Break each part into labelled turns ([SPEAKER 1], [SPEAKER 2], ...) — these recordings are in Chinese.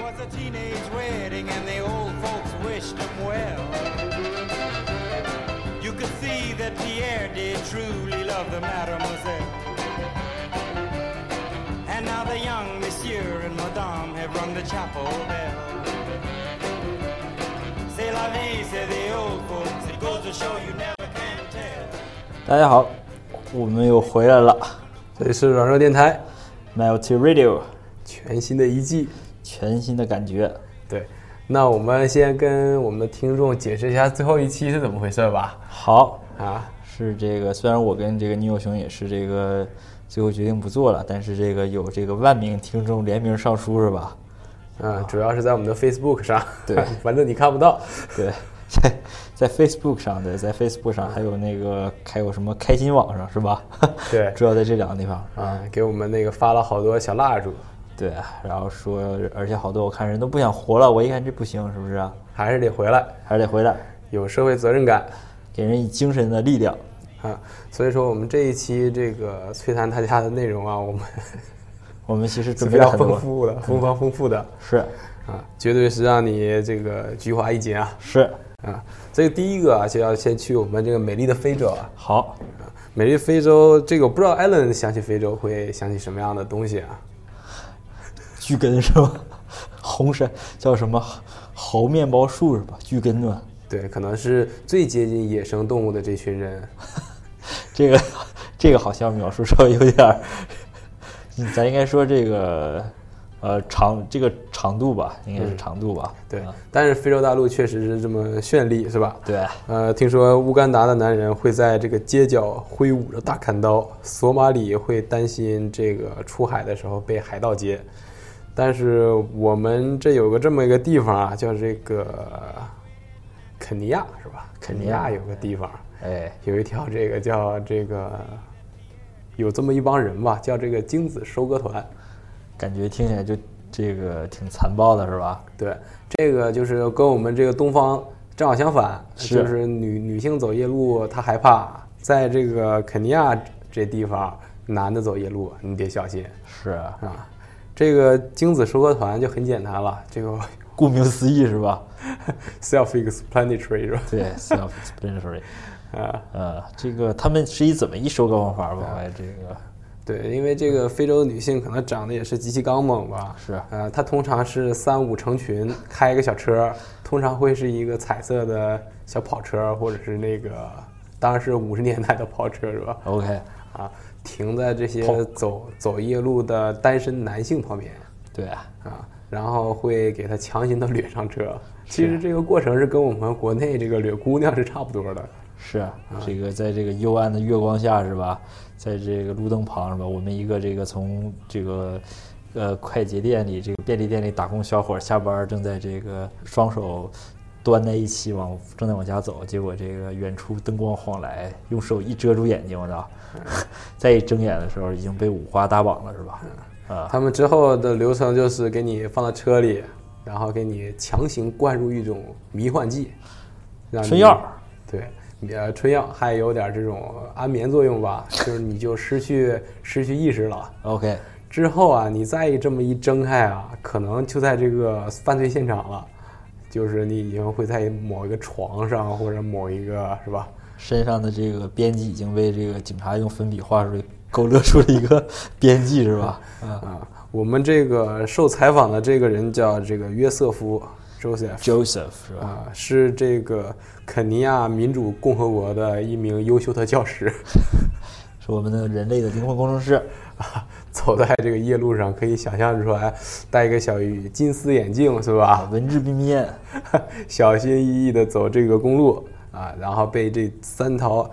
[SPEAKER 1] was a teenage wedding and the old folks wished him well. You could see that Pierre did truly love the mademoiselle. And now the young monsieur and madame have rung the chapel bell. C'est la vie, say the old folks. It goes to show you never can tell.
[SPEAKER 2] 大家好，我们又回来了
[SPEAKER 3] 这里是软弱电台
[SPEAKER 2] ，Melty Radio，
[SPEAKER 3] 全新的一季。
[SPEAKER 2] 全新的感觉。
[SPEAKER 3] 对，那我们先跟我们的听众解释一下最后一期是怎么回事吧。
[SPEAKER 2] 好，
[SPEAKER 3] 啊，
[SPEAKER 2] 是这个，虽然我跟这个女友熊也是这个最后决定不做了，但是这个有这个万名听众联名上书是吧？
[SPEAKER 3] 嗯，主要是在我们的 Facebook 上，
[SPEAKER 2] 对
[SPEAKER 3] 反正你看不到。
[SPEAKER 2] 对，在在 Facebook 上对，在 Facebook 上还有那个还有什么开心网上是吧？
[SPEAKER 3] 对
[SPEAKER 2] 主要在这两个地方。
[SPEAKER 3] 啊，给我们那个发了好多小蜡烛，
[SPEAKER 2] 对，然后说，而且好多我看人都不想活了，我一看这不行，是不是啊、
[SPEAKER 3] 还是得回来，
[SPEAKER 2] 还是得回来，
[SPEAKER 3] 有社会责任感
[SPEAKER 2] 给人以精神的力量。
[SPEAKER 3] 啊。所以说，我们这一期这个摧残大家的内容啊， 我们
[SPEAKER 2] 我们其实
[SPEAKER 3] 是
[SPEAKER 2] 准
[SPEAKER 3] 非
[SPEAKER 2] 备了
[SPEAKER 3] 常
[SPEAKER 2] 很
[SPEAKER 3] 丰
[SPEAKER 2] 多，
[SPEAKER 3] 富的， 疯狂丰富的
[SPEAKER 2] 是
[SPEAKER 3] 啊，绝对是让你这个菊花一紧啊
[SPEAKER 2] 是
[SPEAKER 3] 啊。这个第一个啊，就要先去我们这个美丽的非洲啊。
[SPEAKER 2] 好，
[SPEAKER 3] 啊美丽非洲，这个我不知道艾伦想起非洲会想起什么样的东西啊？
[SPEAKER 2] 巨根是吧？ 红山叫什么猴面包树是吧？巨根呢？
[SPEAKER 3] 对，可能是最接近野生动物的这群人。
[SPEAKER 2] 这个这个好像描述稍微有点儿，嗯咱应该说这个呃长这个长度吧，应该是长度吧？
[SPEAKER 3] 对
[SPEAKER 2] 啊，
[SPEAKER 3] 但是非洲大陆确实是这么绚丽，是吧？
[SPEAKER 2] 对，
[SPEAKER 3] 呃，听说乌干达的男人会在这个街角挥舞着大砍刀，索马里会担心这个出海的时候被海盗劫，但是我们这有个这么一个地方啊，叫这个肯尼亚，是吧？肯尼亚有个地方，
[SPEAKER 2] 哎，
[SPEAKER 3] 有一条这个叫这个，有这么一帮人吧，叫这个精子收割团。
[SPEAKER 2] 感觉听起来就这个挺残暴的是吧？
[SPEAKER 3] 对，这个就是跟我们这个东方正好相反，
[SPEAKER 2] 是
[SPEAKER 3] 就是女女性走夜路她害怕，在这个肯尼亚这地方，男的走夜路你得小心
[SPEAKER 2] 是，
[SPEAKER 3] 啊。这个精子收割团就很简单了，这个
[SPEAKER 2] 顾名思义是吧？
[SPEAKER 3] self-explanatory 是吧？
[SPEAKER 2] 对，self-explanatory。
[SPEAKER 3] 啊，
[SPEAKER 2] 呃，这个他们是以怎么一收割方法往外这个
[SPEAKER 3] 对，因为这个非洲女性可能长得也是极其刚猛吧，
[SPEAKER 2] 是
[SPEAKER 3] 呃，她通常是三五成群开一个小车，通常会是一个彩色的小跑车，或者是那个，当然是五十年代的跑车是吧？
[SPEAKER 2] OK？
[SPEAKER 3] 啊，停在这些走走夜路的单身男性旁边
[SPEAKER 2] 对，
[SPEAKER 3] 啊，然后会给他强行的掠上车。其实这个过程是跟我们国内这个掠姑娘是差不多的。
[SPEAKER 2] 是啊这个在这个幽暗的月光下是吧？在这个路灯旁是吧？我们一个这个从这个呃快捷店里这个便利店里打工小伙儿下班儿正在这个双手。端在一起往正在往家走，结果这个远处灯光晃来，用手一遮住眼睛，我操！再一睁眼的时候，已经被五花大绑了，是吧？啊，
[SPEAKER 3] 他们之后的流程就是给你放到车里，然后给你强行灌入一种迷幻剂，让你
[SPEAKER 2] 春药儿，
[SPEAKER 3] 对，呃，春药还有点这种安眠作用吧，就是你就失去 失去意识了。
[SPEAKER 2] OK，
[SPEAKER 3] 之后啊，你再这么一睁开啊，可能就在这个犯罪现场了，就是你已经会在某一个床上或者某一个是吧？
[SPEAKER 2] 身上的这个编辑已经被这个警察用粉笔画出勾勒出了一个编辑是吧？啊
[SPEAKER 3] 啊，我们这个受采访的这个人叫这个约瑟夫 Joseph。
[SPEAKER 2] ，Joseph 是吧？
[SPEAKER 3] 啊，是这个肯尼亚民主共和国的一名优秀的教师，
[SPEAKER 2] 是我们的人类的灵魂工程师，
[SPEAKER 3] 走在这个夜路上，可以想象出来，戴一个小金丝眼镜是吧？
[SPEAKER 2] 文质彬彬，
[SPEAKER 3] 小心翼翼的走这个公路啊，然后被这三条，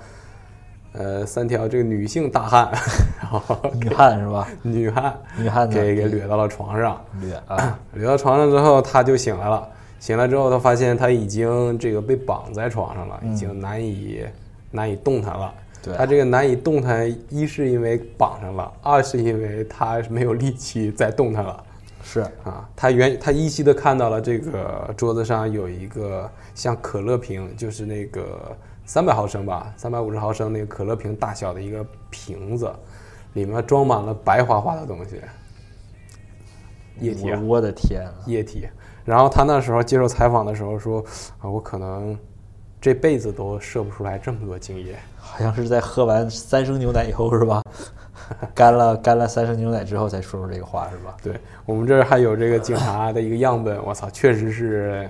[SPEAKER 3] 呃，三条这个女性大汉， 然后
[SPEAKER 2] 女汉是吧？
[SPEAKER 3] 女汉
[SPEAKER 2] 女汉嗯子
[SPEAKER 3] 给给掠到了床上，
[SPEAKER 2] 略啊，
[SPEAKER 3] 掠到床上之后，他就醒来了。醒来之后，他发现他已经这个被绑在床上了，已经难以难以动弹了。
[SPEAKER 2] 对
[SPEAKER 3] 他这个难以动弹，一是因为绑上了，二是因为他没有力气再动弹了。
[SPEAKER 2] 是
[SPEAKER 3] 啊，他原他依稀的看到了这个桌子上有一个像可乐瓶，就是那个三百毫升吧，三百五十毫升那个可乐瓶大小的一个瓶子，里面装满了白花花的东西。液体啊
[SPEAKER 2] 我我的天啊！
[SPEAKER 3] 液体。然后他那时候接受采访的时候说：“啊，我可能这辈子都射不出来这么多精液。
[SPEAKER 2] 好像是在喝完三升牛奶以后是吧？干了干了三升牛奶之后才说出这个话是吧？
[SPEAKER 3] 对”我们这儿还有这个警察的一个样 本，我操，确实是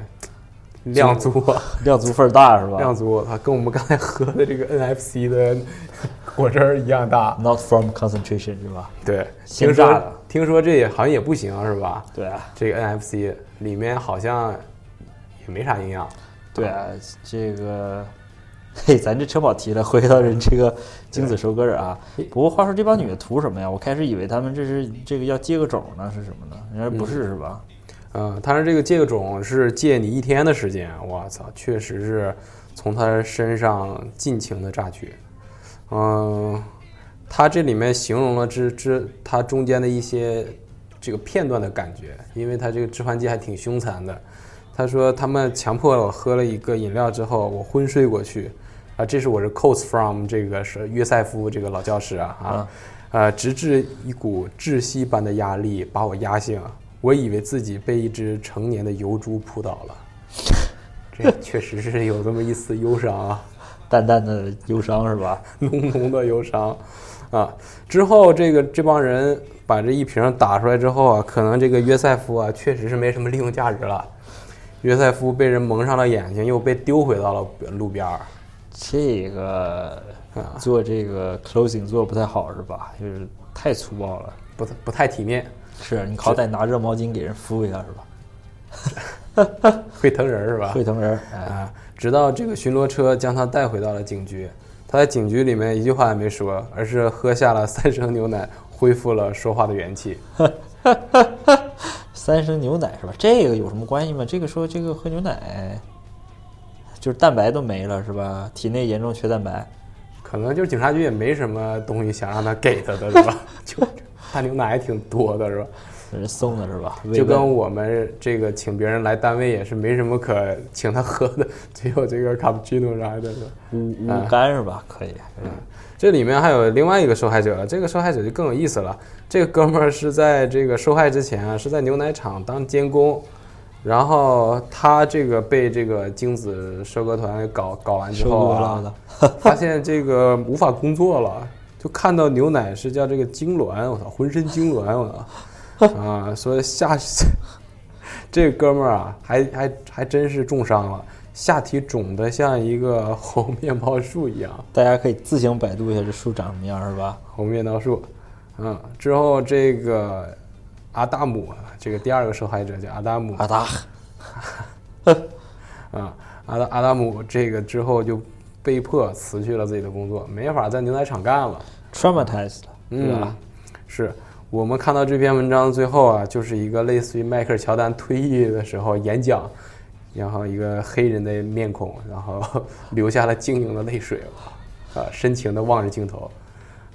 [SPEAKER 3] 量足 啊，
[SPEAKER 2] 量足份儿大是吧
[SPEAKER 3] 量足啊，它跟我们刚才喝的这个 NFC 的 果汁儿一样大。
[SPEAKER 2] ？Not from concentration 是吧？
[SPEAKER 3] 对，
[SPEAKER 2] 鲜
[SPEAKER 3] 听
[SPEAKER 2] 榨
[SPEAKER 3] 说
[SPEAKER 2] 的
[SPEAKER 3] 听说这也好像也不行是吧？
[SPEAKER 2] 对啊，
[SPEAKER 3] 这个 NFC 里面好像也没啥营养。
[SPEAKER 2] 对啊，这个，嘿，咱这车跑题了，回到人这个精子收割者啊。不过话说，这帮女的图什么呀？我开始以为他们这是这个要接个种呢，是什么呢？人家不是是吧？
[SPEAKER 3] 嗯，但是这个借个种是借你一天的时间，我操，确实是从他身上尽情的榨取。嗯，他这里面形容了这这他中间的一些这个片段的感觉，因为他这个致幻剂还挺凶残的。他说他们强迫我喝了一个饮料之后，我昏睡过去。啊，这是我是 quotes from 这个是约塞夫这个老教师啊啊，呃，直至一股窒息般的压力把我压醒，我以为自己被一只成年的油猪扑倒了。这确实是有这么一丝忧伤啊。
[SPEAKER 2] 淡淡的忧伤是 吧？
[SPEAKER 3] 浓浓的忧伤啊。之后这个这帮人把这一瓶打出来之后啊，可能这个约塞夫啊确实是没什么利用价值了。约塞夫被人蒙上了眼睛，又被丢回到了路边儿。
[SPEAKER 2] 这个
[SPEAKER 3] 啊
[SPEAKER 2] 做这个 closing 做得不太好是吧？就是太粗暴了。
[SPEAKER 3] 不不太体面，
[SPEAKER 2] 是你好歹拿热毛巾给人敷一下是吧？
[SPEAKER 3] 会疼人是吧？
[SPEAKER 2] 会疼人， 哎，
[SPEAKER 3] 啊，直到这个巡逻车将他带回到了警局。他在警局里面一句话也没说，而是喝下了三升牛奶，恢复了说话的元气。
[SPEAKER 2] 三升牛奶是吧？这个有什么关系吗？这个说这个喝牛奶，就是蛋白都没了是吧？体内严重缺蛋白，
[SPEAKER 3] 可能就是警察局也没什么东西想让他给他的是吧？就他牛奶还挺多的是吧？
[SPEAKER 2] 人送的是吧？慰
[SPEAKER 3] 就
[SPEAKER 2] 问
[SPEAKER 3] 跟我们这个请别人来单位也是没什么可请他喝的， 只有这个卡布奇诺啥的了。
[SPEAKER 2] 五
[SPEAKER 3] 啊
[SPEAKER 2] 五干是吧？可以，
[SPEAKER 3] 这里面还有另外一个受害者了，这个受害者就更有意思了。这个哥们儿是在这个受害之前啊，是在牛奶厂当监工，然后他这个被这个精子收割团给搞搞完之
[SPEAKER 2] 收割
[SPEAKER 3] 后
[SPEAKER 2] 了
[SPEAKER 3] 啊
[SPEAKER 2] 的，，
[SPEAKER 3] 发现这个无法工作了，就看到牛奶是叫这个痉挛，我操，浑身痉挛，我操，啊，说下 这哥们儿啊，还 还还真是重伤了，下体肿得像一个 红面包树一样，
[SPEAKER 2] 大家可以自行百度一下这树长什么样是吧？
[SPEAKER 3] 红面包树，嗯，之后这个阿达姆，这个第二个受害者叫阿达姆，
[SPEAKER 2] 阿达，
[SPEAKER 3] 啊，阿达阿达姆这个之后就被迫辞去了自己的工作，没法在牛奶厂干了。
[SPEAKER 2] traumatized 对
[SPEAKER 3] 嗯，
[SPEAKER 2] 吧？
[SPEAKER 3] 是我们看到这篇文章最后啊，就是一个类似于迈克尔乔丹退役的时候演讲，然后一个黑人的面孔，然后 流下了晶莹的泪水，啊，深情的望着镜头，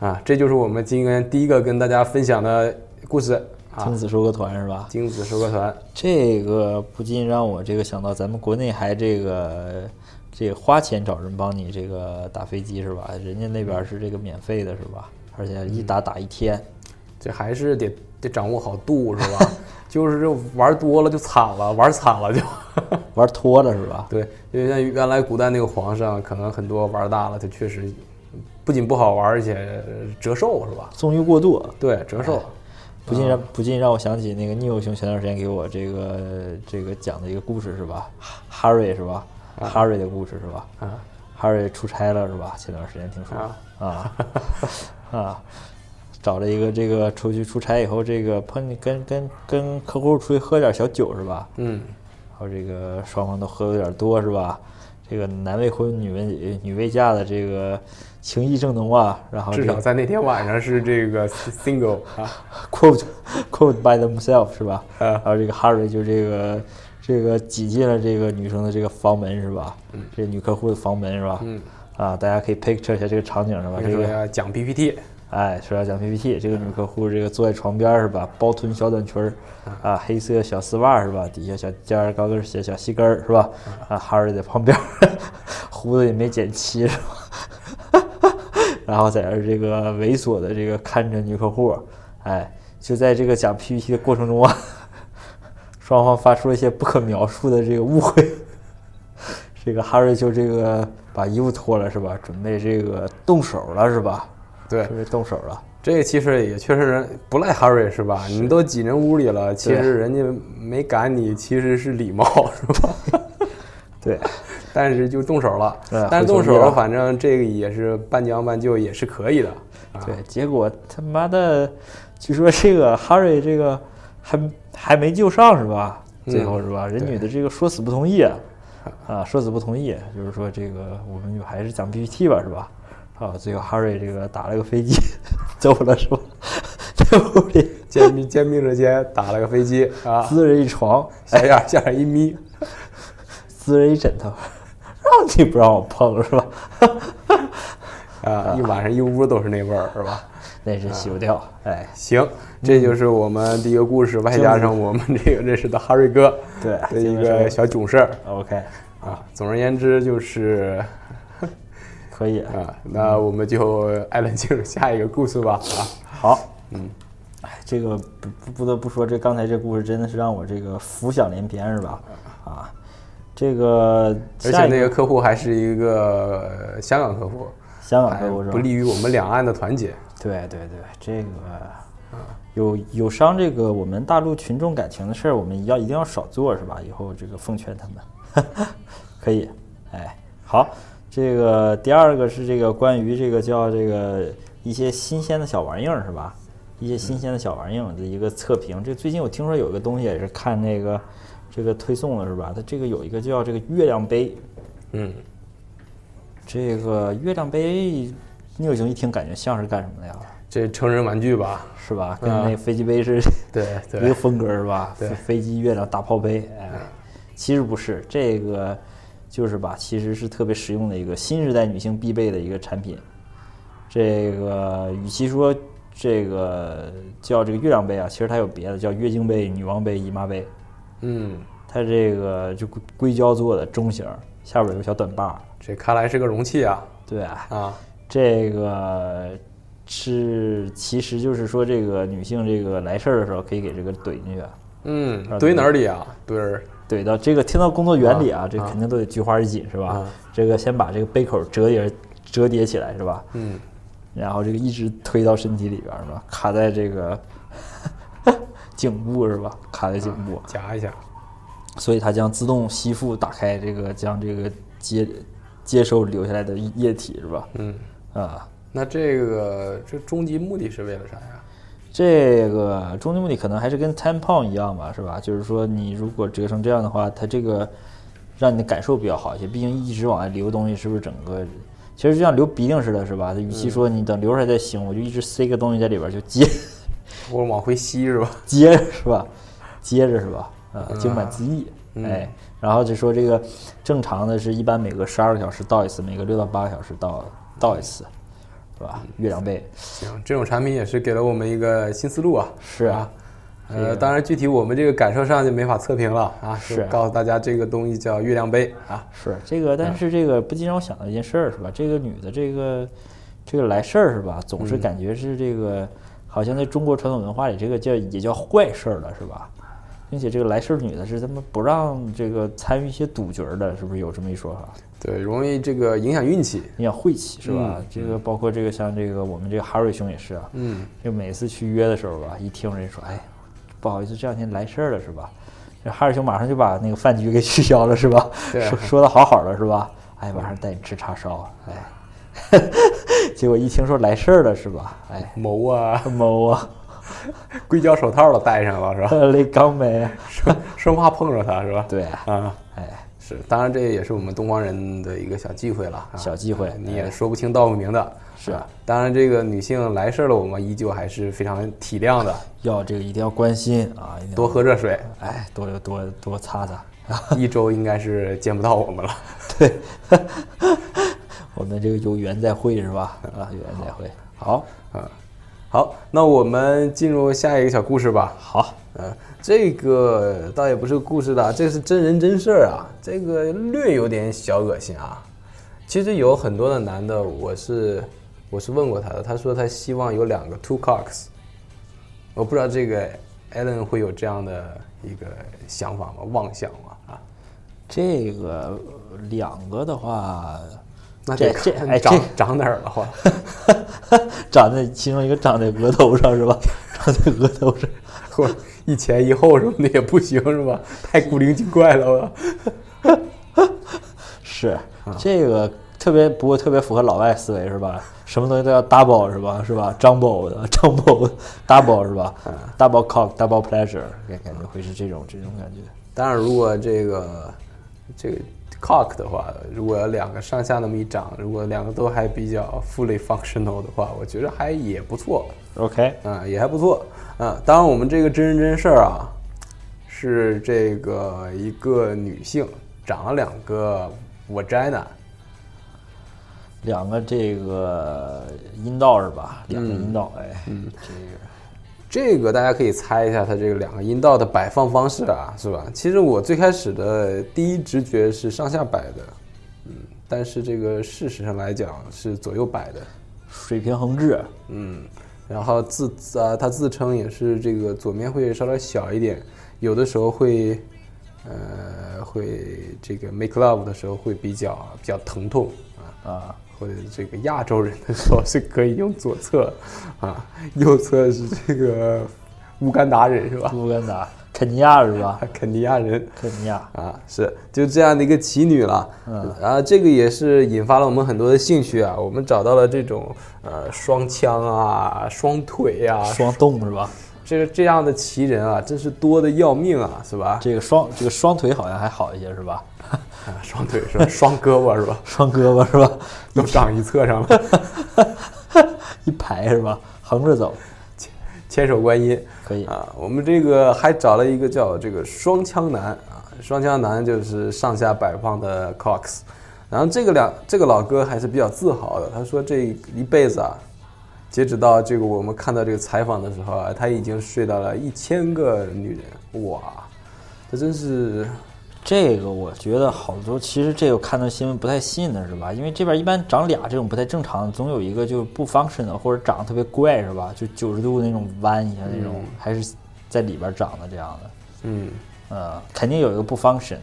[SPEAKER 3] 啊，这就是我们今天第一个跟大家分享的故事啊
[SPEAKER 2] 精，子收割团是吧？
[SPEAKER 3] 精子收割团，
[SPEAKER 2] 这个不禁让我这个想到，咱们国内还这个这个花钱找人帮你这个打飞机是吧？人家那边是这个免费的是吧？而且一打打一天，
[SPEAKER 3] 这还是得得掌握好度是吧？ 就是这玩多了就惨了，玩惨了就。
[SPEAKER 2] 玩脱了是吧？
[SPEAKER 3] 对，因为像原来古代那个皇上，可能很多玩大了，他确实不仅不好玩，而且呃折寿是吧？
[SPEAKER 2] 纵欲过度，
[SPEAKER 3] 对，折寿。
[SPEAKER 2] 不禁
[SPEAKER 3] 嗯
[SPEAKER 2] 让不禁让我想起那个 n e 牛兄前段时间给我这个这个讲的一个故事是吧哈？Harry 是吧？Harry 的故事是吧？
[SPEAKER 3] 啊
[SPEAKER 2] ，Harry 出差了是吧？前段时间听说
[SPEAKER 3] 啊
[SPEAKER 2] 啊 啊，找了一个这个出去出差以后，这个碰跟跟跟客户出去喝点小酒是吧？
[SPEAKER 3] 嗯，
[SPEAKER 2] 然后这个双方都喝的有点多是吧？这个男未婚女未女未嫁的这个情意正浓啊，然后这
[SPEAKER 3] 至
[SPEAKER 2] 个
[SPEAKER 3] 少在那天晚上是这个 single 啊，
[SPEAKER 2] quote quote by themselves 是吧？
[SPEAKER 3] 嗯
[SPEAKER 2] 然后这个哈瑞就这个这个挤进了这个女生的这个房门是吧？这女客户的房门是吧？
[SPEAKER 3] 嗯
[SPEAKER 2] 啊，大家可以 picture 一下这个场景是吧？
[SPEAKER 3] 那
[SPEAKER 2] 这
[SPEAKER 3] 时候
[SPEAKER 2] 个
[SPEAKER 3] 要讲 PPT，
[SPEAKER 2] 哎，说要讲 PPT，这个女客户这个坐在床边儿是吧？包臀小短裙儿，啊，黑色小丝袜是吧？底下小尖儿高跟鞋小细跟儿是吧？啊，哈瑞在旁边儿，胡子也没剪齐是吧？ 然后在这儿这个猥琐的这个看着女客户，哎，就在这个讲 PPT 的过程中啊，双方发出了一些不可描述的这个误会。这个哈瑞就这个把衣服脱了是吧？准备这个动手了是吧？
[SPEAKER 3] 对，
[SPEAKER 2] 准备动手了。
[SPEAKER 3] 这个其实也确实人不赖哈瑞是吧？你都挤人屋里了，其实人家没赶你，其实是礼貌是吧？
[SPEAKER 2] 对，
[SPEAKER 3] 但是就动手了
[SPEAKER 2] 哎，
[SPEAKER 3] 但是动
[SPEAKER 2] 回头
[SPEAKER 3] 手
[SPEAKER 2] 了
[SPEAKER 3] 反正这个也是半将半就也是可以的。啊
[SPEAKER 2] 对，结果他妈的，据说这个哈瑞这个还还没救上是吧？最后是吧？人
[SPEAKER 3] 对
[SPEAKER 2] 女的这个说死不同意啊，啊，说死不同意，就是说这个我们就还是讲 PPT 吧，是吧？啊，最后哈瑞这个打了个飞机走了是吧？在屋里
[SPEAKER 3] 肩并肩并着肩打了个飞机啊，
[SPEAKER 2] 滋人一床，哎
[SPEAKER 3] 小眼 儿下眼一眯，
[SPEAKER 2] 滋人一枕头，让你不让我碰是吧？
[SPEAKER 3] 啊，一晚上一屋都是那味儿，是吧？
[SPEAKER 2] 那是洗不掉，哎，
[SPEAKER 3] 行，这就是我们第一个故事，外加上我们这个认识的哈瑞哥
[SPEAKER 2] 对
[SPEAKER 3] 的一
[SPEAKER 2] 这个
[SPEAKER 3] 个
[SPEAKER 2] 是
[SPEAKER 3] 小囧事儿
[SPEAKER 2] OK，
[SPEAKER 3] 啊。总而言之，就是
[SPEAKER 2] 可以，
[SPEAKER 3] 啊，那我们就艾伦进入下一个故事吧啊。
[SPEAKER 2] 好，嗯，哎，这个不不不得不说，这刚才这故事真的是让我这个浮想联翩，是吧？啊，这个
[SPEAKER 3] 而且
[SPEAKER 2] 下一
[SPEAKER 3] 那个客户还是一个呃香港客户，哎
[SPEAKER 2] 香港客户是
[SPEAKER 3] 不
[SPEAKER 2] 吧？
[SPEAKER 3] 利于我们两岸的团结。
[SPEAKER 2] 对对对，这个有有伤这个我们大陆群众感情的事儿，我们要一定要少做，是吧？以后这个奉劝他们， 可以，哎，好，这个第二个是这个关于这个叫这个一些新鲜的小玩意儿，是吧？一些新鲜的小玩意儿的一个测评。这最近我听说有一个东西也是看那个这个推送的是吧？它这个有一个叫这个月亮杯，
[SPEAKER 3] 嗯，
[SPEAKER 2] 这个月亮杯，聂雄一听感觉像是干什么的呀？
[SPEAKER 3] 这成人玩具吧，
[SPEAKER 2] 是吧？跟
[SPEAKER 3] 啊
[SPEAKER 2] 那飞机杯是
[SPEAKER 3] 对
[SPEAKER 2] 一个
[SPEAKER 3] 对，
[SPEAKER 2] 风格是吧？
[SPEAKER 3] 对
[SPEAKER 2] 飞飞机、月亮、大炮杯，哎，其实不是，这个就是吧，其实是特别实用的一个新时代女性必备的一个产品。这个与其说这个叫这个月亮杯啊，其实它有别的，叫月经杯、女王杯、姨妈杯。
[SPEAKER 3] 嗯，
[SPEAKER 2] 它这个就硅硅胶做的中型，下边有个小短把儿。
[SPEAKER 3] 这看来是个容器啊
[SPEAKER 2] 对啊，
[SPEAKER 3] 啊，
[SPEAKER 2] 这个是其实就是说，这个女性这个来事儿的时候，可以给这个怼进去，
[SPEAKER 3] 嗯，
[SPEAKER 2] 啊
[SPEAKER 3] 堆
[SPEAKER 2] 对
[SPEAKER 3] 哪里啊？堆儿
[SPEAKER 2] 怼到这个听到工作原理啊，
[SPEAKER 3] 啊
[SPEAKER 2] 这
[SPEAKER 3] 啊
[SPEAKER 2] 肯定都得菊花一紧是吧？
[SPEAKER 3] 啊
[SPEAKER 2] 这个先把这个杯口折叠折叠起来是吧？
[SPEAKER 3] 嗯，
[SPEAKER 2] 然后这个一直推到身体里边儿是吧？卡在这个 颈部是吧？卡在颈部，
[SPEAKER 3] 夹一下，
[SPEAKER 2] 所以它将自动吸附打开这个将这个接接收留下来的液体是吧？
[SPEAKER 3] 嗯，
[SPEAKER 2] 啊、
[SPEAKER 3] 那这个这终极目的是为了啥呀？
[SPEAKER 2] 这个终极目的可能还是跟 tampon 一样吧，是吧？就是说你如果折成这样的话，它这个让你的感受比较好一些，毕竟一直往外流东西，是不是整个其实就像流鼻涕似的，是吧？它与其说你等流出来再醒，我就一直塞个东西在里边就接
[SPEAKER 3] 我往回吸是吧？
[SPEAKER 2] 接着是吧？接着是吧？啊，经满自溢，
[SPEAKER 3] 嗯
[SPEAKER 2] 哎，然后就说这个正常的是一般每隔十二个小时倒一次，每隔六到八个小时倒倒一次，是吧？月亮杯
[SPEAKER 3] 行，这种产品也是给了我们一个新思路啊。
[SPEAKER 2] 是
[SPEAKER 3] 啊
[SPEAKER 2] 啊，
[SPEAKER 3] 呃，当然具体我们这个感受上就没法测评了啊。就是告诉大家这个东西叫月亮杯啊。
[SPEAKER 2] 是这个，但是这个不禁让我想到一件事儿，是吧？这个女的，这个这个来事儿是吧？总是感觉是这个，好像在中国传统文化里，这个叫也叫坏事儿了，是吧？并且这个来事儿女的是他们不让这个参与一些赌局儿的，是不是有这么一说法？
[SPEAKER 3] 对，容易这个影响运气。
[SPEAKER 2] 你想晦气是吧？这个包括这个像这个我们这个哈瑞兄也是啊，
[SPEAKER 3] 嗯，
[SPEAKER 2] 就每次去约的时候吧，一听人说，哎，不好意思，这两天来事儿了是吧？这哈尔兄马上就把那个饭局给取消了是吧？
[SPEAKER 3] 对
[SPEAKER 2] 说说的好好的是吧？哎，晚上带你吃叉烧，哎， 结果一听说来事儿了是吧？哎，
[SPEAKER 3] 谋啊，
[SPEAKER 2] 某啊，
[SPEAKER 3] 硅胶手套都戴上了是吧？
[SPEAKER 2] 雷刚梅，
[SPEAKER 3] 生生怕碰着它是吧？
[SPEAKER 2] 啊对，
[SPEAKER 3] 啊，
[SPEAKER 2] 哎，
[SPEAKER 3] 是，当然这也是我们东方人的一个小忌讳了。啊、
[SPEAKER 2] 小忌讳哎
[SPEAKER 3] 你也说不清道不明的。
[SPEAKER 2] 是
[SPEAKER 3] 啊，当然这个女性来事儿了，我们依旧还是非常体谅
[SPEAKER 2] 哎
[SPEAKER 3] 的，
[SPEAKER 2] 要这个一定要关心啊，一定要
[SPEAKER 3] 多，喝热水。
[SPEAKER 2] 哎，多多多擦擦。
[SPEAKER 3] 一周应该是见不到我们了。
[SPEAKER 2] 对，我们这个有缘再会是吧？啊，有缘再会。好，
[SPEAKER 3] 啊，好，那我们进入下一个小故事吧。
[SPEAKER 2] 好，
[SPEAKER 3] 嗯，这个倒也不是故事了，这是真人真事儿啊。这个略有点小恶心啊。其实有很多的男的，我是我是问过他的，他说他希望有两个 two cocks。我不知道这个艾伦会有这样的一个想法吗？妄想吗？啊，
[SPEAKER 2] 这个两个的话，
[SPEAKER 3] 那得
[SPEAKER 2] 这这
[SPEAKER 3] 看
[SPEAKER 2] 哎
[SPEAKER 3] 长
[SPEAKER 2] 这
[SPEAKER 3] 长哪儿了话，
[SPEAKER 2] 长在其中一个长在额头上是吧？ 长在额头上，
[SPEAKER 3] 或者一前一后什么的也不行是吧？太古灵精怪了吧？
[SPEAKER 2] 是这个特别，不过特别符合老外思维是吧？什么东西都要 double 是吧？是吧？jumbo 的 jumbo double 是吧？double cock double pleasure，感感觉会是这种这种感觉。
[SPEAKER 3] 当然，如果这个这个 cock 的话，如果两个上下那么一长，如果两个都还比较 fully functional 的话，我觉得还也不错，
[SPEAKER 2] OK，
[SPEAKER 3] 啊、也还不错，啊、当然我们这个真人真事儿啊，是这个一个女性长了两个 vagina，
[SPEAKER 2] 两个这个阴道是吧？两个阴道，哎，这个
[SPEAKER 3] 这个大家可以猜一下它这个两个阴道的摆放方式啊，是吧？其实我最开始的第一直觉是上下摆的，嗯，但是这个事实上来讲是左右摆的。
[SPEAKER 2] 水平横置，
[SPEAKER 3] 嗯，然后自啊，他自称也是这个左面会稍微小一点，有的时候会，呃，会这个 make love 的时候会比较比较疼痛啊，
[SPEAKER 2] 啊，
[SPEAKER 3] 或者这个亚洲人的时候是可以用左侧，啊，右侧是这个乌干达人是吧？
[SPEAKER 2] 乌干达、肯尼亚是吧？
[SPEAKER 3] 肯尼亚人。
[SPEAKER 2] 肯尼亚，
[SPEAKER 3] 啊，是就这样的一个奇女了，
[SPEAKER 2] 嗯，
[SPEAKER 3] 然后这个也是引发了我们很多的兴趣啊，我们找到了这种呃双枪啊、双腿啊、
[SPEAKER 2] 双洞是吧？
[SPEAKER 3] 这个这样的奇人啊，真是多的要命啊，是吧？
[SPEAKER 2] 这个双这个双腿好像还好一些是吧？
[SPEAKER 3] 啊双腿是吧？双胳膊是吧？
[SPEAKER 2] 双胳膊是吧？
[SPEAKER 3] 都长一侧上了，
[SPEAKER 2] 一排是吧？横着走
[SPEAKER 3] 千手观音
[SPEAKER 2] 可以。
[SPEAKER 3] 啊！我们这个还找了一个叫这个双枪男啊，双枪男就是上下摆放的 Cox，然后这个两这个老哥还是比较自豪的，他说这一辈子啊，截止到这个我们看到这个采访的时候啊，他已经睡到了一千个女人，哇，这真是
[SPEAKER 2] 这个我觉得好多，其实这个看到新闻不太信的是吧？因为这边一般长俩这种不太正常，总有一个就是不 functional 或者长得特别怪是吧？就九十度那种弯一下那种，还是在里边长的这样的。
[SPEAKER 3] 嗯。
[SPEAKER 2] 呃，肯定有一个不 function，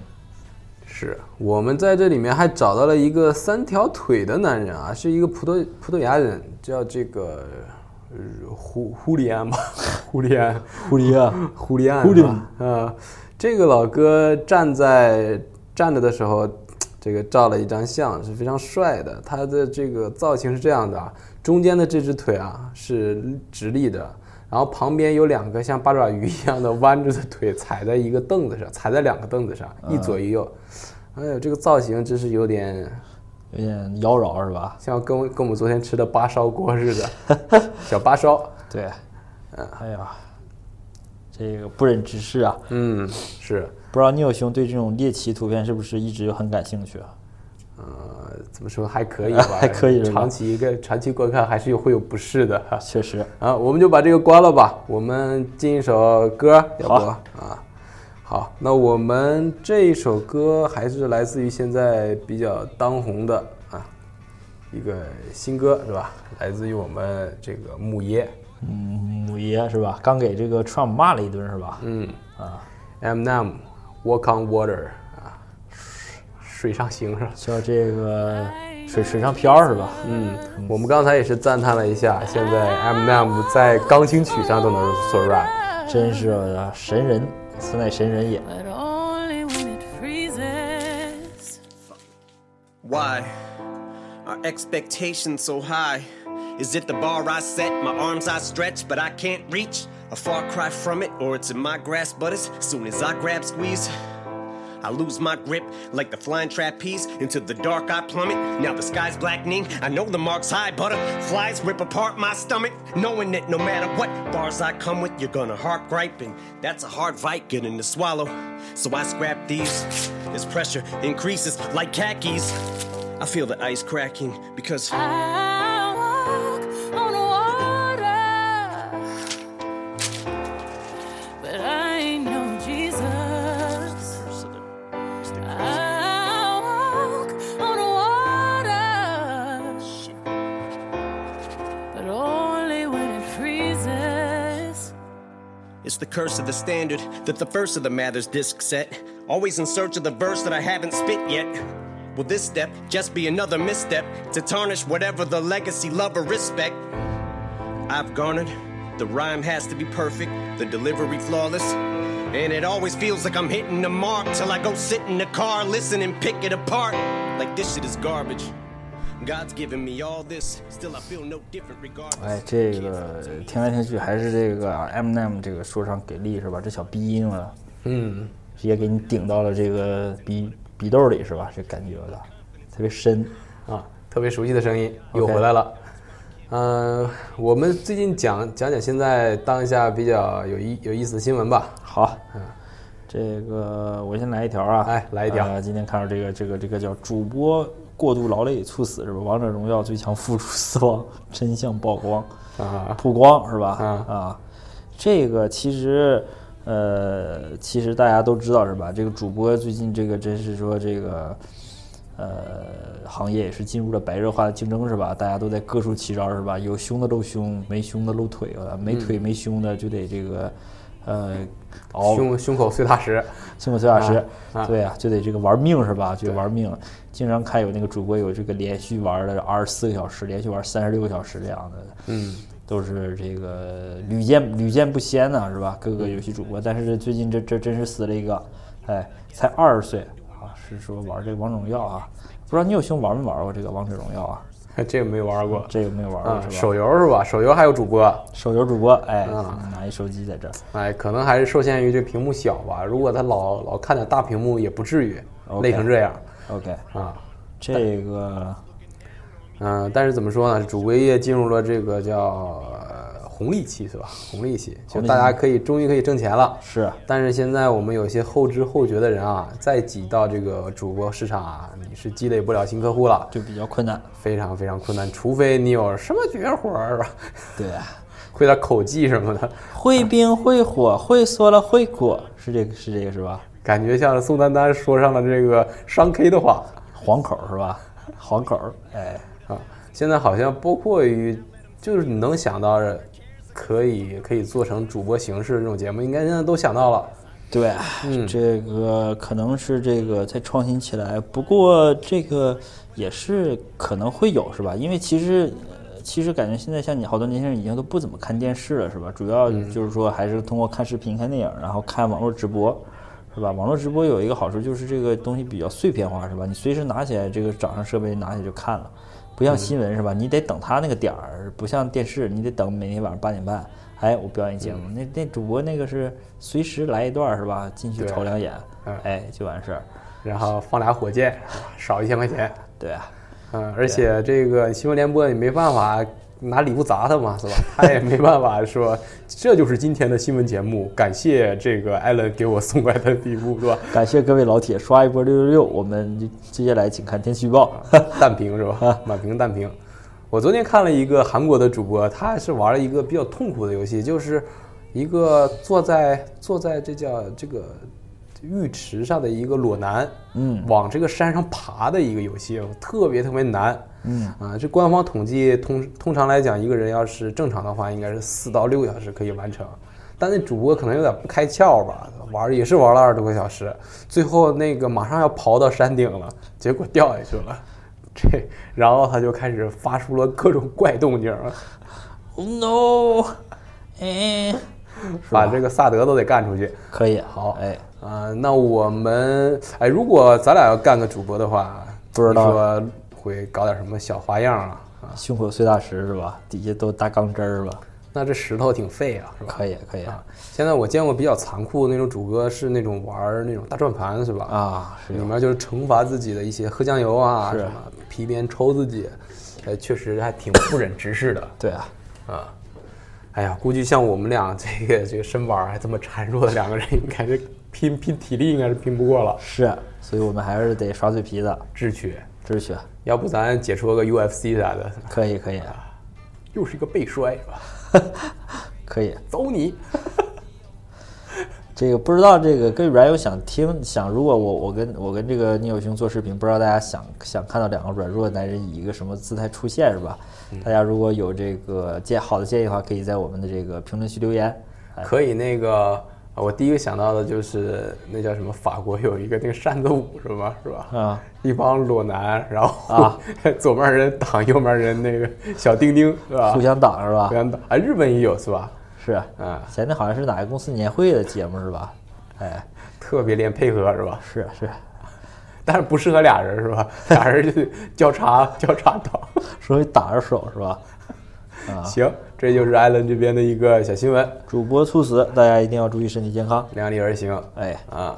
[SPEAKER 3] 是我们在这里面还找到了一个三条腿的男人啊，是一个葡萄葡萄牙人，叫这个呃胡胡里安吧， 胡里安，
[SPEAKER 2] 狐狸啊，
[SPEAKER 3] 胡里安
[SPEAKER 2] 胡里
[SPEAKER 3] 吧，啊、这个老哥站在站着的时候，这个照了一张相是非常帅的。他的这个造型是这样的啊，中间的这只腿啊是直立的，然后旁边有两个像八爪鱼一样的弯着的腿踩在一个凳子上，踩在两个凳子上，一左一右。哎呦，这个造型真是有点
[SPEAKER 2] 有点妖娆是吧？
[SPEAKER 3] 像跟我跟我们昨天吃的八烧锅似的，小八烧。
[SPEAKER 2] 对，哎呀，这个不忍直视啊！
[SPEAKER 3] 嗯，是。
[SPEAKER 2] 不知道聂兄对这种猎奇图片是不是一直很感兴趣啊？
[SPEAKER 3] 呃，怎么说还可以吧，
[SPEAKER 2] 还可以是吧
[SPEAKER 3] 长期一个长期观看还是有会有不适的哈
[SPEAKER 2] 确实，
[SPEAKER 3] 啊。我们就把这个关了吧，我们进一首歌，要不
[SPEAKER 2] 好
[SPEAKER 3] 啊？好，那我们这一首歌还是来自于现在比较当红的啊一个新歌是吧？来自于我们这个木耶，
[SPEAKER 2] 嗯，母爷是吧？刚给这个 Trump 骂了一顿是吧？
[SPEAKER 3] 嗯
[SPEAKER 2] 啊，
[SPEAKER 3] ，M Nam Walk on Water 啊，水上行是吧？
[SPEAKER 2] 叫这个水水上漂是吧？
[SPEAKER 3] 嗯，我们刚才也是赞叹了一下，现在 M M 在钢琴曲上都能做 rap。
[SPEAKER 2] 真是啊神人，此乃神人也。
[SPEAKER 4] but only when it freezes.
[SPEAKER 5] Why are expectations so high? Is it the bar I set? My arms I stretch, but I can't reach. A far cry from it, or it's in my grasp, but as soon as I grab, squeeze. I lose my grip like the flying trapeze. Into the dark, I plummet. Now the sky's blackening. I know the mark's high. Butterflies rip apart my stomach. Knowing that no matter what bars I come with, you're gonna harp griping. That's a hard fight getting to swallow. So I scrap these. This pressure increases like khakis. I feel the ice cracking because
[SPEAKER 4] I walk on water, but I ain't no Jesus. I walk on water, but only when it freezes.
[SPEAKER 5] it's the curse of the standard that the first of the Mathers disc set. Always in search of the verse that I haven't spit yet. Will this step just be another misstep to tarnish whatever the legacy, love, or respect I've garnered? The rhyme has to be perfect, the delivery flawless. And it always feels like I'm hitting the mark till I go sit in the car, listen and pick it apart. Like this shit is garbage. God's given me all this, still I feel no different regardless.
[SPEAKER 2] 哎，这个听来听去还是这个 Eminem 这个说唱给力是吧？这小逼音了，
[SPEAKER 3] 嗯，
[SPEAKER 2] 直接给你顶到了这个鼻鼻窦里是吧？这感觉了，特别深。
[SPEAKER 3] 啊，特别熟悉的声音又回来了。嗯、我们最近讲讲讲现在当下比较有意有意思的新闻吧。
[SPEAKER 2] 好，嗯这个我先来一条啊，
[SPEAKER 3] 哎来一条
[SPEAKER 2] 呃今天看到这个这个这个叫主播过度劳累猝死是吧？王者荣耀最强复出死亡，真相曝光
[SPEAKER 3] 啊
[SPEAKER 2] 曝光是吧？
[SPEAKER 3] 啊
[SPEAKER 2] 这个其实。呃，其实大家都知道是吧？这个主播最近这个真是说这个，呃，行业也是进入了白热化的竞争是吧？大家都在各出奇招是吧？有胸的露胸，没胸的露腿了，没腿没胸的就得这个，呃，熬
[SPEAKER 3] 胸胸口碎大石，
[SPEAKER 2] 辛苦崔老师，
[SPEAKER 3] 啊
[SPEAKER 2] 对啊，就得这个玩命是吧？就玩命，经常看有那个主播有这个连续玩了二十四个小时，连续玩三十六个小时这样的，嗯，都是这个屡见屡见不鲜呐、是吧？各
[SPEAKER 3] 嗯
[SPEAKER 2] 个游戏主播，但是这最近这这真是死了一个，哎，才二十岁啊，是说玩这个王者荣耀啊，不知道你有兄玩没玩过这个王者荣耀啊？
[SPEAKER 3] 这个没玩过。
[SPEAKER 2] 这个没有玩过
[SPEAKER 3] 啊，
[SPEAKER 2] 是吧？
[SPEAKER 3] 手游是吧？手游还有主播，
[SPEAKER 2] 手游主播，哎，
[SPEAKER 3] 啊
[SPEAKER 2] 拿一手机在这儿
[SPEAKER 3] 哎，可能还是受限于这屏幕小吧。如果他老老看点大屏幕，也不至于
[SPEAKER 2] OK
[SPEAKER 3] 累成这样
[SPEAKER 2] ，OK，
[SPEAKER 3] 啊。
[SPEAKER 2] 这个
[SPEAKER 3] 嗯、但是怎么说呢？主播业进入了这个叫、呃红利期是吧？红利期，就
[SPEAKER 2] 红利
[SPEAKER 3] 大家
[SPEAKER 2] 期
[SPEAKER 3] 可以终于可以挣钱了。
[SPEAKER 2] 是
[SPEAKER 3] 但是现在我们有些后知后觉的人啊，再挤到这个主播市场啊，你是积累不了新客户了，
[SPEAKER 2] 就比较困难，
[SPEAKER 3] 非常非常困难。除非你有什么绝活儿是吧？
[SPEAKER 2] 对啊。
[SPEAKER 3] 会点口技什么的，
[SPEAKER 2] 会冰会火会缩了会裹，是这个是这个是吧？
[SPEAKER 3] 感觉像是宋丹丹说上了这个商 K 的话
[SPEAKER 2] 黄口是吧？黄口，哎，
[SPEAKER 3] 啊。现在好像包括于，就是你能想到的，可以可以做成主播形式这种节目，应该现在都想到了。
[SPEAKER 2] 对，啊这个可能是这个再创新起来，不过这个也是可能会有是吧？因为其实。呃其实感觉现在像你好多年轻人已经都不怎么看电视了，是吧？主要就是说还是通过看视频、看电影，然后看网络直播，是吧？网络直播有一个好处就是这个东西比较碎片化，是吧？你随时拿起来这个掌上设备拿起来就看了，不
[SPEAKER 3] 嗯
[SPEAKER 2] 像新闻是吧？你得等他那个点儿，不像电视，你得等每天晚上八点半，哎，我表演节
[SPEAKER 3] 嗯
[SPEAKER 2] 目，那那主播那个是随时来一段儿是吧？进去
[SPEAKER 3] 对
[SPEAKER 2] 瞅两眼
[SPEAKER 3] 嗯，
[SPEAKER 2] 哎，就完事儿，
[SPEAKER 3] 然后放俩火箭， 少一千块钱。
[SPEAKER 2] 对啊，
[SPEAKER 3] 嗯，而且这个新闻联播也没办法拿礼物砸他嘛，是吧？他也没办法说这就是今天的新闻节目，感谢这个艾伦给我送来的礼物，是吧？
[SPEAKER 2] 感谢各位老铁刷一波六六六，我们就接下来请看天气预报。
[SPEAKER 3] 弹屏是吧？ 满屏弹屏。我昨天看了一个韩国的主播，他是玩了一个比较痛苦的游戏，就是一个坐在坐在这叫这个浴池上的一个裸男，嗯，往这个山上爬的一个游戏，特别特别难，嗯啊，这官方统计通通常来讲，一个人要是正常的话，应该是四到六个小时可以完成。但那主播可能有点不开窍吧，玩儿也是玩了二十多个小时，最后那个马上要刨到山顶了，结果掉下去了。 这，然后他就开始发出了各种怪动静儿，
[SPEAKER 2] no，哎，
[SPEAKER 3] 把这个萨德都得干出去。
[SPEAKER 2] 可以，
[SPEAKER 3] 好，
[SPEAKER 2] 哎，
[SPEAKER 3] 啊、那我们，哎，如果咱俩要干个主播的话，
[SPEAKER 2] 不知道
[SPEAKER 3] 你说会搞点什么小花样啊？啊，
[SPEAKER 2] 胸口碎大石是吧？底下都大钢针儿吧？
[SPEAKER 3] 那这石头挺费啊，是吧？
[SPEAKER 2] 可以，可以
[SPEAKER 3] 啊，现在我见过比较残酷的那种主播是那种玩儿那种大转盘，是吧？
[SPEAKER 2] 啊，是
[SPEAKER 3] 里
[SPEAKER 2] 有
[SPEAKER 3] 面就是惩罚自己的一些喝酱油啊，
[SPEAKER 2] 是
[SPEAKER 3] 什么皮鞭抽自己，呃，确实还挺不忍直视的。
[SPEAKER 2] 对啊，
[SPEAKER 3] 啊，哎呀，估计像我们俩这个 这个身板还这么孱弱的两个人， 应该是拼拼体力应该是拼不过了，
[SPEAKER 2] 是，所以我们还是得耍嘴皮子，
[SPEAKER 3] 智取。
[SPEAKER 2] 智取，
[SPEAKER 3] 要不咱解说个 UFC 啥的，
[SPEAKER 2] 可以，可以，啊
[SPEAKER 3] 又是一个背摔是吧？
[SPEAKER 2] 可以。
[SPEAKER 3] 走你！这
[SPEAKER 2] 这个不知道这个跟软友想听想，如果我我跟我跟这个聂友兄做视频，不知道大家想想看到两个软弱的男人以一个什么姿态出现是吧？大家如果有这个建好的建议的话，可以在我们的这个评论区留言。
[SPEAKER 3] 可以那个，呃我第一个想到的就是那叫什么，法国有一个那个扇子舞是吧？是吧？
[SPEAKER 2] 啊，
[SPEAKER 3] 一帮裸男，然后
[SPEAKER 2] 啊，
[SPEAKER 3] 左面人挡右面人那个小丁丁是吧？
[SPEAKER 2] 互相挡是吧
[SPEAKER 3] 互？相挡啊，日本也有是吧？
[SPEAKER 2] 是，
[SPEAKER 3] 啊，
[SPEAKER 2] 前阵好像是哪个公司年会的节目是吧？哎，
[SPEAKER 3] 特别练配合是吧？
[SPEAKER 2] 是是，
[SPEAKER 3] 但是不适合俩人是吧？俩人就交叉交叉挡。
[SPEAKER 2] 所以打着手是吧？
[SPEAKER 3] 行，这就是艾伦这边的一个小新闻，
[SPEAKER 2] 主播猝死，大家一定要注意身体健康。
[SPEAKER 3] 量力而行
[SPEAKER 2] 哎，
[SPEAKER 3] 啊。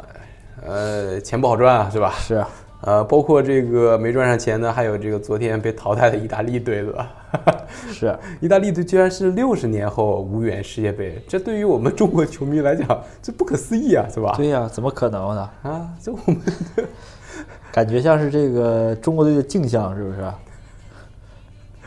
[SPEAKER 3] 呃，钱不好赚啊，是吧？
[SPEAKER 2] 是
[SPEAKER 3] 呃，包括这个没赚上钱的，还有这个昨天被淘汰的意大利队，对吧？
[SPEAKER 2] 是，
[SPEAKER 3] 意大利队居然是六十年后无缘世界杯，这对于我们中国球迷来讲，这不可思议啊，是吧？
[SPEAKER 2] 对呀、怎么可能呢？
[SPEAKER 3] 啊，这我们
[SPEAKER 2] 感觉像是这个中国队的镜像，是不是？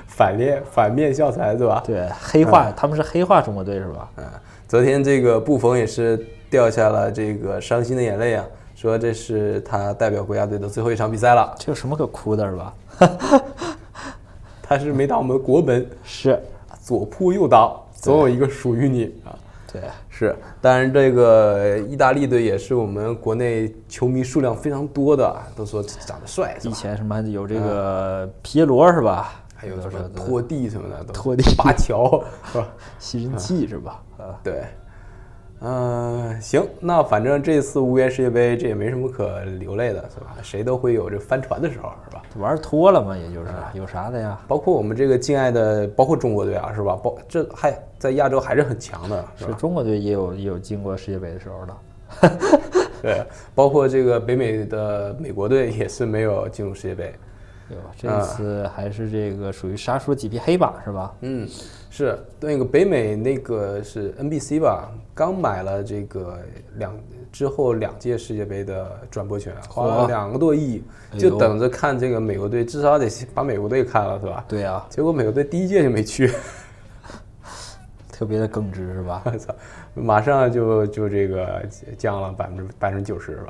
[SPEAKER 3] 反面反面教材，是吧？。
[SPEAKER 2] 对，黑化，他们是黑化中国队是吧？
[SPEAKER 3] 嗯，昨天这个布冯也是掉下了这个伤心的眼泪啊，说这是他代表国家队的最后一场比赛了。
[SPEAKER 2] 这有什么可哭的，是吧？
[SPEAKER 3] 他是没当我们国本，
[SPEAKER 2] 是，
[SPEAKER 3] 左扑右挡，总有一个属于你啊。
[SPEAKER 2] 对，
[SPEAKER 3] 是，当然这个意大利队也是我们国内球迷数量非常多的啊，都说长得帅是
[SPEAKER 2] 以
[SPEAKER 3] 吧？
[SPEAKER 2] 前什么嗯哎有这个皮耶罗是吧？
[SPEAKER 3] 还有
[SPEAKER 2] 都
[SPEAKER 3] 什
[SPEAKER 2] 是
[SPEAKER 3] 么拖地什么的，都
[SPEAKER 2] 拖地
[SPEAKER 3] 拔桥是吧？
[SPEAKER 2] 吸尘器是吧？啊，
[SPEAKER 3] 对，嗯、行，那反正这次无缘世界杯，这也没什么可流泪的，是吧？谁都会有这翻船的时候，是吧？
[SPEAKER 2] 玩脱了嘛，也就是有啥的呀？
[SPEAKER 3] 包括我们这个敬爱的，包括中国队啊，是吧？包这还在亚洲还是很强的，是
[SPEAKER 2] 是
[SPEAKER 3] 吧？
[SPEAKER 2] 中国队也有也有进过世界杯的时候了。
[SPEAKER 3] 对，包括这个北美的美国队也是没有进入世界杯。
[SPEAKER 2] 对吧？这一次还是这个属于杀出几匹黑马是吧？
[SPEAKER 3] 嗯，是那个北美那个是 NBC 吧，刚买了这个两之后两届世界杯的转播权，花了两个多亿，
[SPEAKER 2] 哎呦
[SPEAKER 3] 就等着看这个美国队，至少得先把美国队看了是吧？。
[SPEAKER 2] 对啊，
[SPEAKER 3] 结果美国队第一届就没去，
[SPEAKER 2] 特别的耿直是 吧？
[SPEAKER 3] 我操，马上就就这个降了百分之百分之九十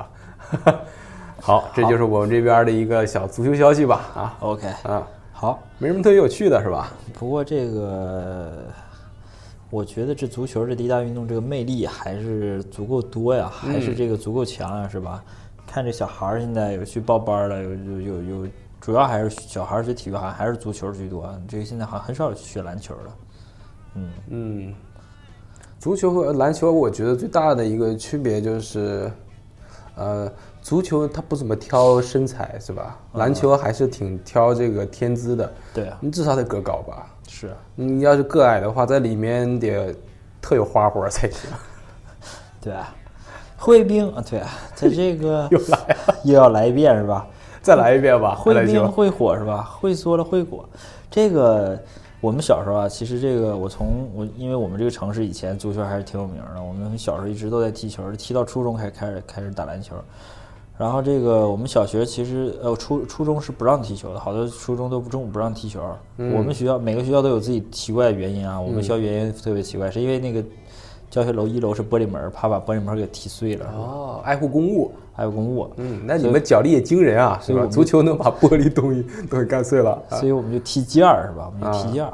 [SPEAKER 3] 吧。 好，这就是我们这边的一个小足球消息吧
[SPEAKER 2] OK，
[SPEAKER 3] 啊啊，
[SPEAKER 2] 好。
[SPEAKER 3] 没什么特别有趣的是吧？
[SPEAKER 2] 不过这个，我觉得这足球这第一大运动这个魅力还是足够多呀，
[SPEAKER 3] 嗯
[SPEAKER 2] 还是这个足够强呀，是吧？看这小孩儿现在有去报班儿了，有有有有，主要还是小孩儿学体育，好像还是足球居多。这个现在好像很少学篮球了。
[SPEAKER 3] 嗯，足球和篮球，我觉得最大的一个区别就是，呃，足球它不怎么挑身材是吧？篮球还是挺挑这个天资的，
[SPEAKER 2] 对啊，
[SPEAKER 3] 你至少得个高吧？
[SPEAKER 2] 是
[SPEAKER 3] 你要是个矮的话，在里面得特有花活才行。
[SPEAKER 2] 对啊，会兵啊，对啊，他这个
[SPEAKER 3] 又来了，
[SPEAKER 2] 又要来一遍是吧？
[SPEAKER 3] 再来一遍吧，
[SPEAKER 2] 会
[SPEAKER 3] 篮
[SPEAKER 2] 冰
[SPEAKER 3] 球。
[SPEAKER 2] 会火是吧？会缩了会果，这个我们小时候啊，其实这个我从我因为我们这个城市以前足球还是挺有名的，我们小时候一直都在踢球，踢到初中开开始开始打篮球。然后这个我们小学其实呃初初中是不让踢球的，好多初中都不中午不让踢球。
[SPEAKER 3] 嗯
[SPEAKER 2] 我们学校每个学校都有自己奇怪的原因啊，我们学校原因特别奇怪，是因为那个教学楼一楼是玻璃门，怕把玻璃门给踢碎了，
[SPEAKER 3] 哦，爱护公物。
[SPEAKER 2] 还有公物。
[SPEAKER 3] 嗯，那你们脚力也惊人啊，是
[SPEAKER 2] 以
[SPEAKER 3] 吧？
[SPEAKER 2] 我们
[SPEAKER 3] 足球能把玻璃东西都给干碎了。啊
[SPEAKER 2] 所以我们就踢毽儿是吧？我们就踢毽儿。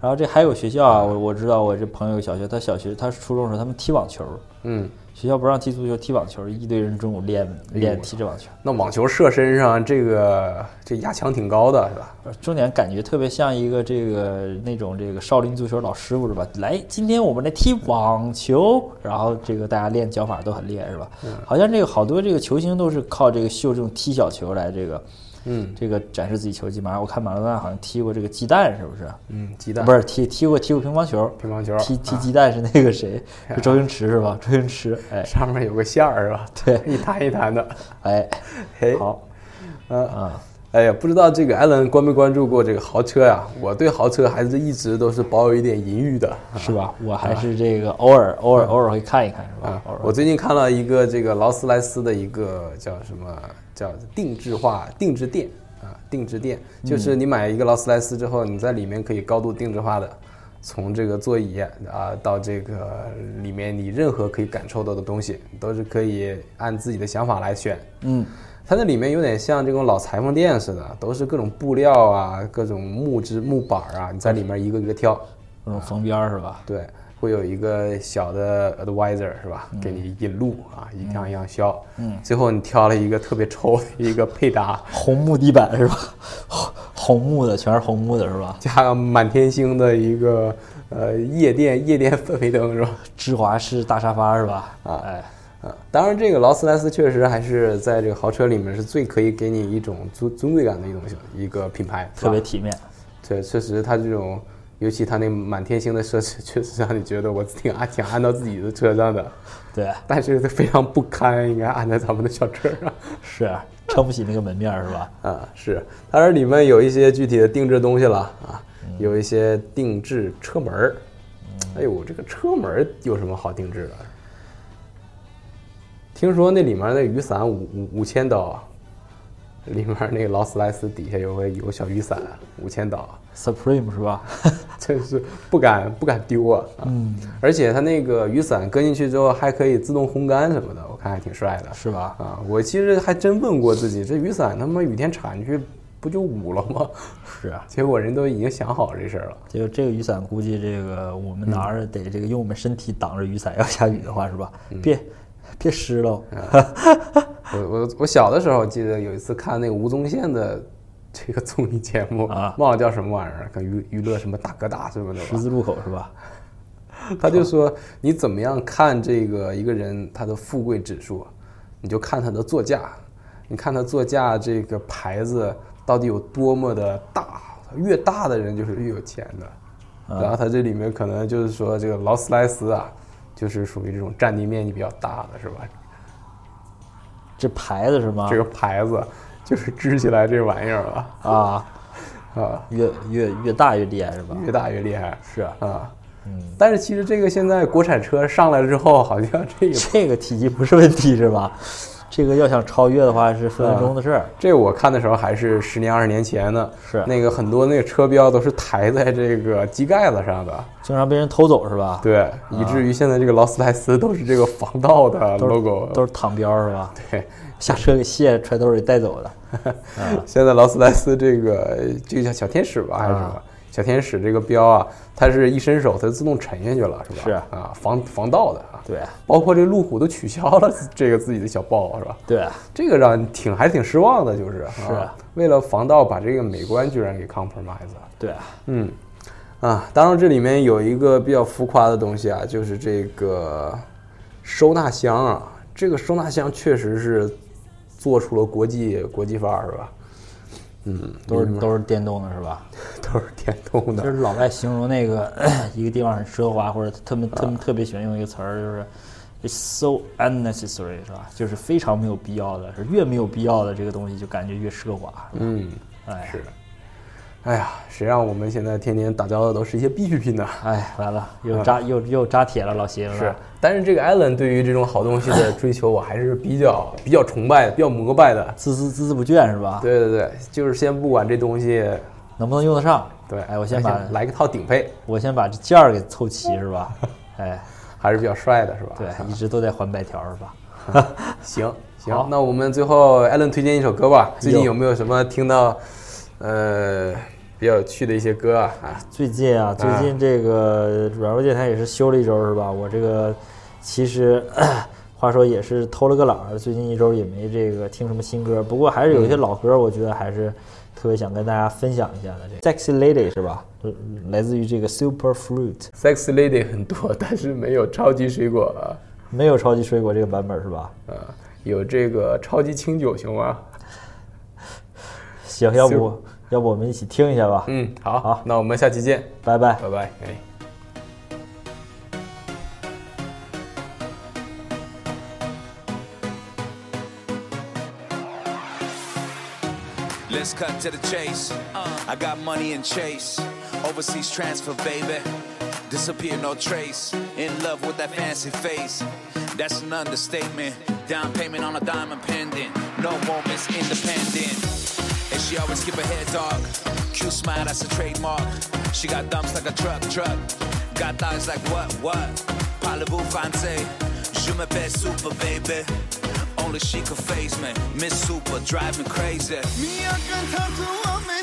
[SPEAKER 2] 然后这还有学校啊，我我知道我这朋友有小学，他小学他初中的时候他们踢网球，
[SPEAKER 3] 嗯，
[SPEAKER 2] 学校不让踢足球，踢网球，一堆人中午练练踢这网球。
[SPEAKER 3] 那网球射身上，这个这压强挺高的，是吧？
[SPEAKER 2] 呃重点感觉特别像一个这个那种这个少林足球老师傅是吧？来，今天我们来踢网球，然后这个大家练脚法都很厉害是吧？好像这个好多这个球星都是靠这个秀这种踢小球来这个，嗯，这个展示自己球技嘛。我看马拉多纳好像踢过这个鸡蛋是不是？
[SPEAKER 3] 嗯，鸡蛋
[SPEAKER 2] 不是踢踢过踢过乒乓球，
[SPEAKER 3] 乒乓球啊
[SPEAKER 2] 踢踢鸡蛋是那个 谁，是周星驰是吧？周星驰，哎
[SPEAKER 3] 上面有个馅儿 是吧？
[SPEAKER 2] 对
[SPEAKER 3] 一弹一弹的。
[SPEAKER 2] 哎，
[SPEAKER 3] 嘿，
[SPEAKER 2] 好，
[SPEAKER 3] 嗯
[SPEAKER 2] 啊，
[SPEAKER 3] 哎呀，不知道这个艾伦关没关注过这个豪车呀、我对豪车还是一直都是保有一点淫欲的
[SPEAKER 2] 是吧？我还是这个偶尔偶尔偶尔会看一看是吧
[SPEAKER 3] 嗯啊？
[SPEAKER 2] 偶。尔
[SPEAKER 3] 我最近看了一个这个劳斯莱斯的一个叫什么叫定制化定制店啊，定制店就是你买一个劳斯莱斯之后，你在里面可以高度定制化的。从这个座椅啊到这个里面，你任何可以感受到的东西，你都是可以按自己的想法来选。
[SPEAKER 2] 嗯，
[SPEAKER 3] 它那里面有点像这种老裁缝店似的，都是各种布料啊、各种木质木板儿啊，你在里面一个一个挑。
[SPEAKER 2] 那种缝边儿是吧？
[SPEAKER 3] 对，会有一个小的 advisor 是吧，
[SPEAKER 2] 嗯
[SPEAKER 3] 给你引路啊，一样一样削。嗯，最后你挑了一个特别丑的一个配搭，
[SPEAKER 2] 红木地板是吧？红红木的，全是红木的是吧？
[SPEAKER 3] 加个满天星的一个呃夜店夜店氛围灯是吧？
[SPEAKER 2] 芝华士大沙发是吧？
[SPEAKER 3] 啊
[SPEAKER 2] 哎，
[SPEAKER 3] 啊，当然，这个劳斯莱斯确实还是在这个豪车里面是最可以给你一种尊尊贵感的一种一个品牌，是吧
[SPEAKER 2] 特别体面。
[SPEAKER 3] 对，确实它这种，尤其它那满天星的设置， 确实让你觉得我挺按想按到自己的车上的，
[SPEAKER 2] 对，
[SPEAKER 3] 但是非常不堪，应该按在咱们的小车上。
[SPEAKER 2] 是撑不起那个门面儿是吧？
[SPEAKER 3] 啊，是，当然里面有一些具体的定制东西了啊，有一些定制车门儿。哎呦，这个车门儿有什么好定制的？听说那里面那雨伞五五五千刀啊，里面那个劳斯莱斯底下有个有个小雨伞五千刀啊，
[SPEAKER 2] Supreme 是吧？
[SPEAKER 3] 真是不敢不敢丢啊！嗯，而且它那个雨伞搁进去之后还可以自动烘干什么的，我看还挺帅的。
[SPEAKER 2] 是吧？
[SPEAKER 3] 啊，我其实还真问过自己，这雨伞他妈雨天铲去不就捂了吗？
[SPEAKER 2] 是。啊
[SPEAKER 3] 结果人都已经想好这事儿了。
[SPEAKER 2] 就这个雨伞，估计这个我们拿着得这个用我们身体挡着雨伞，要下雨的话是吧？
[SPEAKER 3] 嗯
[SPEAKER 2] 别别湿喽。
[SPEAKER 3] 啊我我我小的时候记得有一次看那个吴宗宪的这个 综艺节目
[SPEAKER 2] 啊
[SPEAKER 3] 忘了叫什么玩意儿，跟娱娱乐什么大哥大什么的吧
[SPEAKER 2] 十字路口是吧？
[SPEAKER 3] 他就说你怎么样看这个一个人他的富贵指数，你就看他的座驾，你看他座驾这个牌子到底有多么的大，越大的人就是越有钱的。然后他这里面可能就是说这个劳斯莱斯啊，就是属于这种占地面积比较大的是吧？
[SPEAKER 2] 这牌子是吗？
[SPEAKER 3] 这个牌子就是支起来这玩意儿了
[SPEAKER 2] 啊，
[SPEAKER 3] 啊，
[SPEAKER 2] 越越越大越厉害是吧？
[SPEAKER 3] 越大越厉害
[SPEAKER 2] 是啊，
[SPEAKER 3] 啊。但是其实这个现在国产车上来之后，好像这个
[SPEAKER 2] 这个体积不是问题是吧？这个要想超越的话是分分钟的事儿。
[SPEAKER 3] 这我看的时候还是十年二十年前呢，
[SPEAKER 2] 是
[SPEAKER 3] 那个很多那个车标都是抬在这个机盖子上的，
[SPEAKER 2] 经常被人偷走是吧？，
[SPEAKER 3] 对，以至于现在这个劳斯莱斯都是这个防盗的
[SPEAKER 2] 啊都是
[SPEAKER 3] logo，
[SPEAKER 2] 都是躺标是吧？
[SPEAKER 3] 对。
[SPEAKER 2] 下车给卸，揣兜里带走的。
[SPEAKER 3] 现在劳斯莱斯这个这个叫小天使吧还是什么？
[SPEAKER 2] 啊
[SPEAKER 3] 小天使这个标啊，它是一伸手它就自动沉下去了，是吧？
[SPEAKER 2] 是
[SPEAKER 3] 啊，防防盗的啊。
[SPEAKER 2] 对
[SPEAKER 3] 包括这路虎都取消了这个自己的小豹，是吧？
[SPEAKER 2] 对，
[SPEAKER 3] 这个让你挺还挺失望的，就是是
[SPEAKER 2] 啊
[SPEAKER 3] 为了防盗把这个美观居然给 compromise 了。
[SPEAKER 2] 对，
[SPEAKER 3] 嗯，啊，当然这里面有一个比较浮夸的东西啊，就是这个收纳箱啊，这个收纳箱确实是做出了国际国际范儿，是吧？嗯，
[SPEAKER 2] 都是都是电动的是吧？
[SPEAKER 3] 都是电动
[SPEAKER 2] 就是
[SPEAKER 3] 的，
[SPEAKER 2] 老外形容那个 一个地方很奢华，或者他们他们特别喜欢用一个词儿，就是 it's so unnecessary，是吧？就是非常没有必要的，是越没有必要的这个东西就感觉越奢华。是吧
[SPEAKER 3] 嗯，
[SPEAKER 2] 哎
[SPEAKER 3] 是。哎呀，谁让我们现在天天打交道的都是一些必需品呢？
[SPEAKER 2] 哎，完了，
[SPEAKER 3] 嗯
[SPEAKER 2] 又扎又又扎铁了，老邪了。
[SPEAKER 3] 是，但是这个艾伦对于这种好东西的追求，我还是比较比较崇拜、比较膜拜的。
[SPEAKER 2] 孜孜孜孜不倦是吧？
[SPEAKER 3] 对对对，就是先不管这东西，
[SPEAKER 2] 能不能用得上？
[SPEAKER 3] 对，
[SPEAKER 2] 哎，我先把
[SPEAKER 3] 来个套顶配，
[SPEAKER 2] 我先把这件儿给凑齐是吧？哎，
[SPEAKER 3] 还是比较帅的，是吧？
[SPEAKER 2] 对，一直都在还白条是吧？
[SPEAKER 3] 行
[SPEAKER 2] 好
[SPEAKER 3] 行，那我们最后艾伦推荐一首歌吧。最近有没有什么听到，呃，比较有趣的一些歌啊？啊，
[SPEAKER 2] 最近啊，最近这个软弱电台也是休了一周是吧？我这个其实 话说也是偷了个懒儿，最近一周也没这个听什么新歌，不过还是有一些老歌，我觉得还是特别想跟大家分享一下的。这个 Sexy Lady 是吧？呃来自于这个 Super Fruit，
[SPEAKER 3] Sexy Lady 很多， 但是没有超级水果啊，
[SPEAKER 2] 没有超级水果这个版本是吧？
[SPEAKER 3] 呃有这个超级清酒行吗？
[SPEAKER 2] 行，要不
[SPEAKER 3] Super-
[SPEAKER 2] 要不我们一起听一下吧？
[SPEAKER 3] 嗯，好，
[SPEAKER 2] 好
[SPEAKER 3] 那我们下期见，
[SPEAKER 2] 拜拜。
[SPEAKER 3] 拜拜，哎。
[SPEAKER 6] Let's cut to the chase. I got money in chase. Overseas transfer, baby. Disappear, no trace. In love with that fancy face. That's an understatement. Down payment on a diamond pendant. No moments independent. And she always keep her head dark. Cute smile, that's a trademark. She got dumps like a truck, truck. Got thighs like what, what? Parlez-vous français? Je m'appelle Super, baby. Only she could face me. Miss Super drive me crazy.
[SPEAKER 7] Me, I can talk to a man.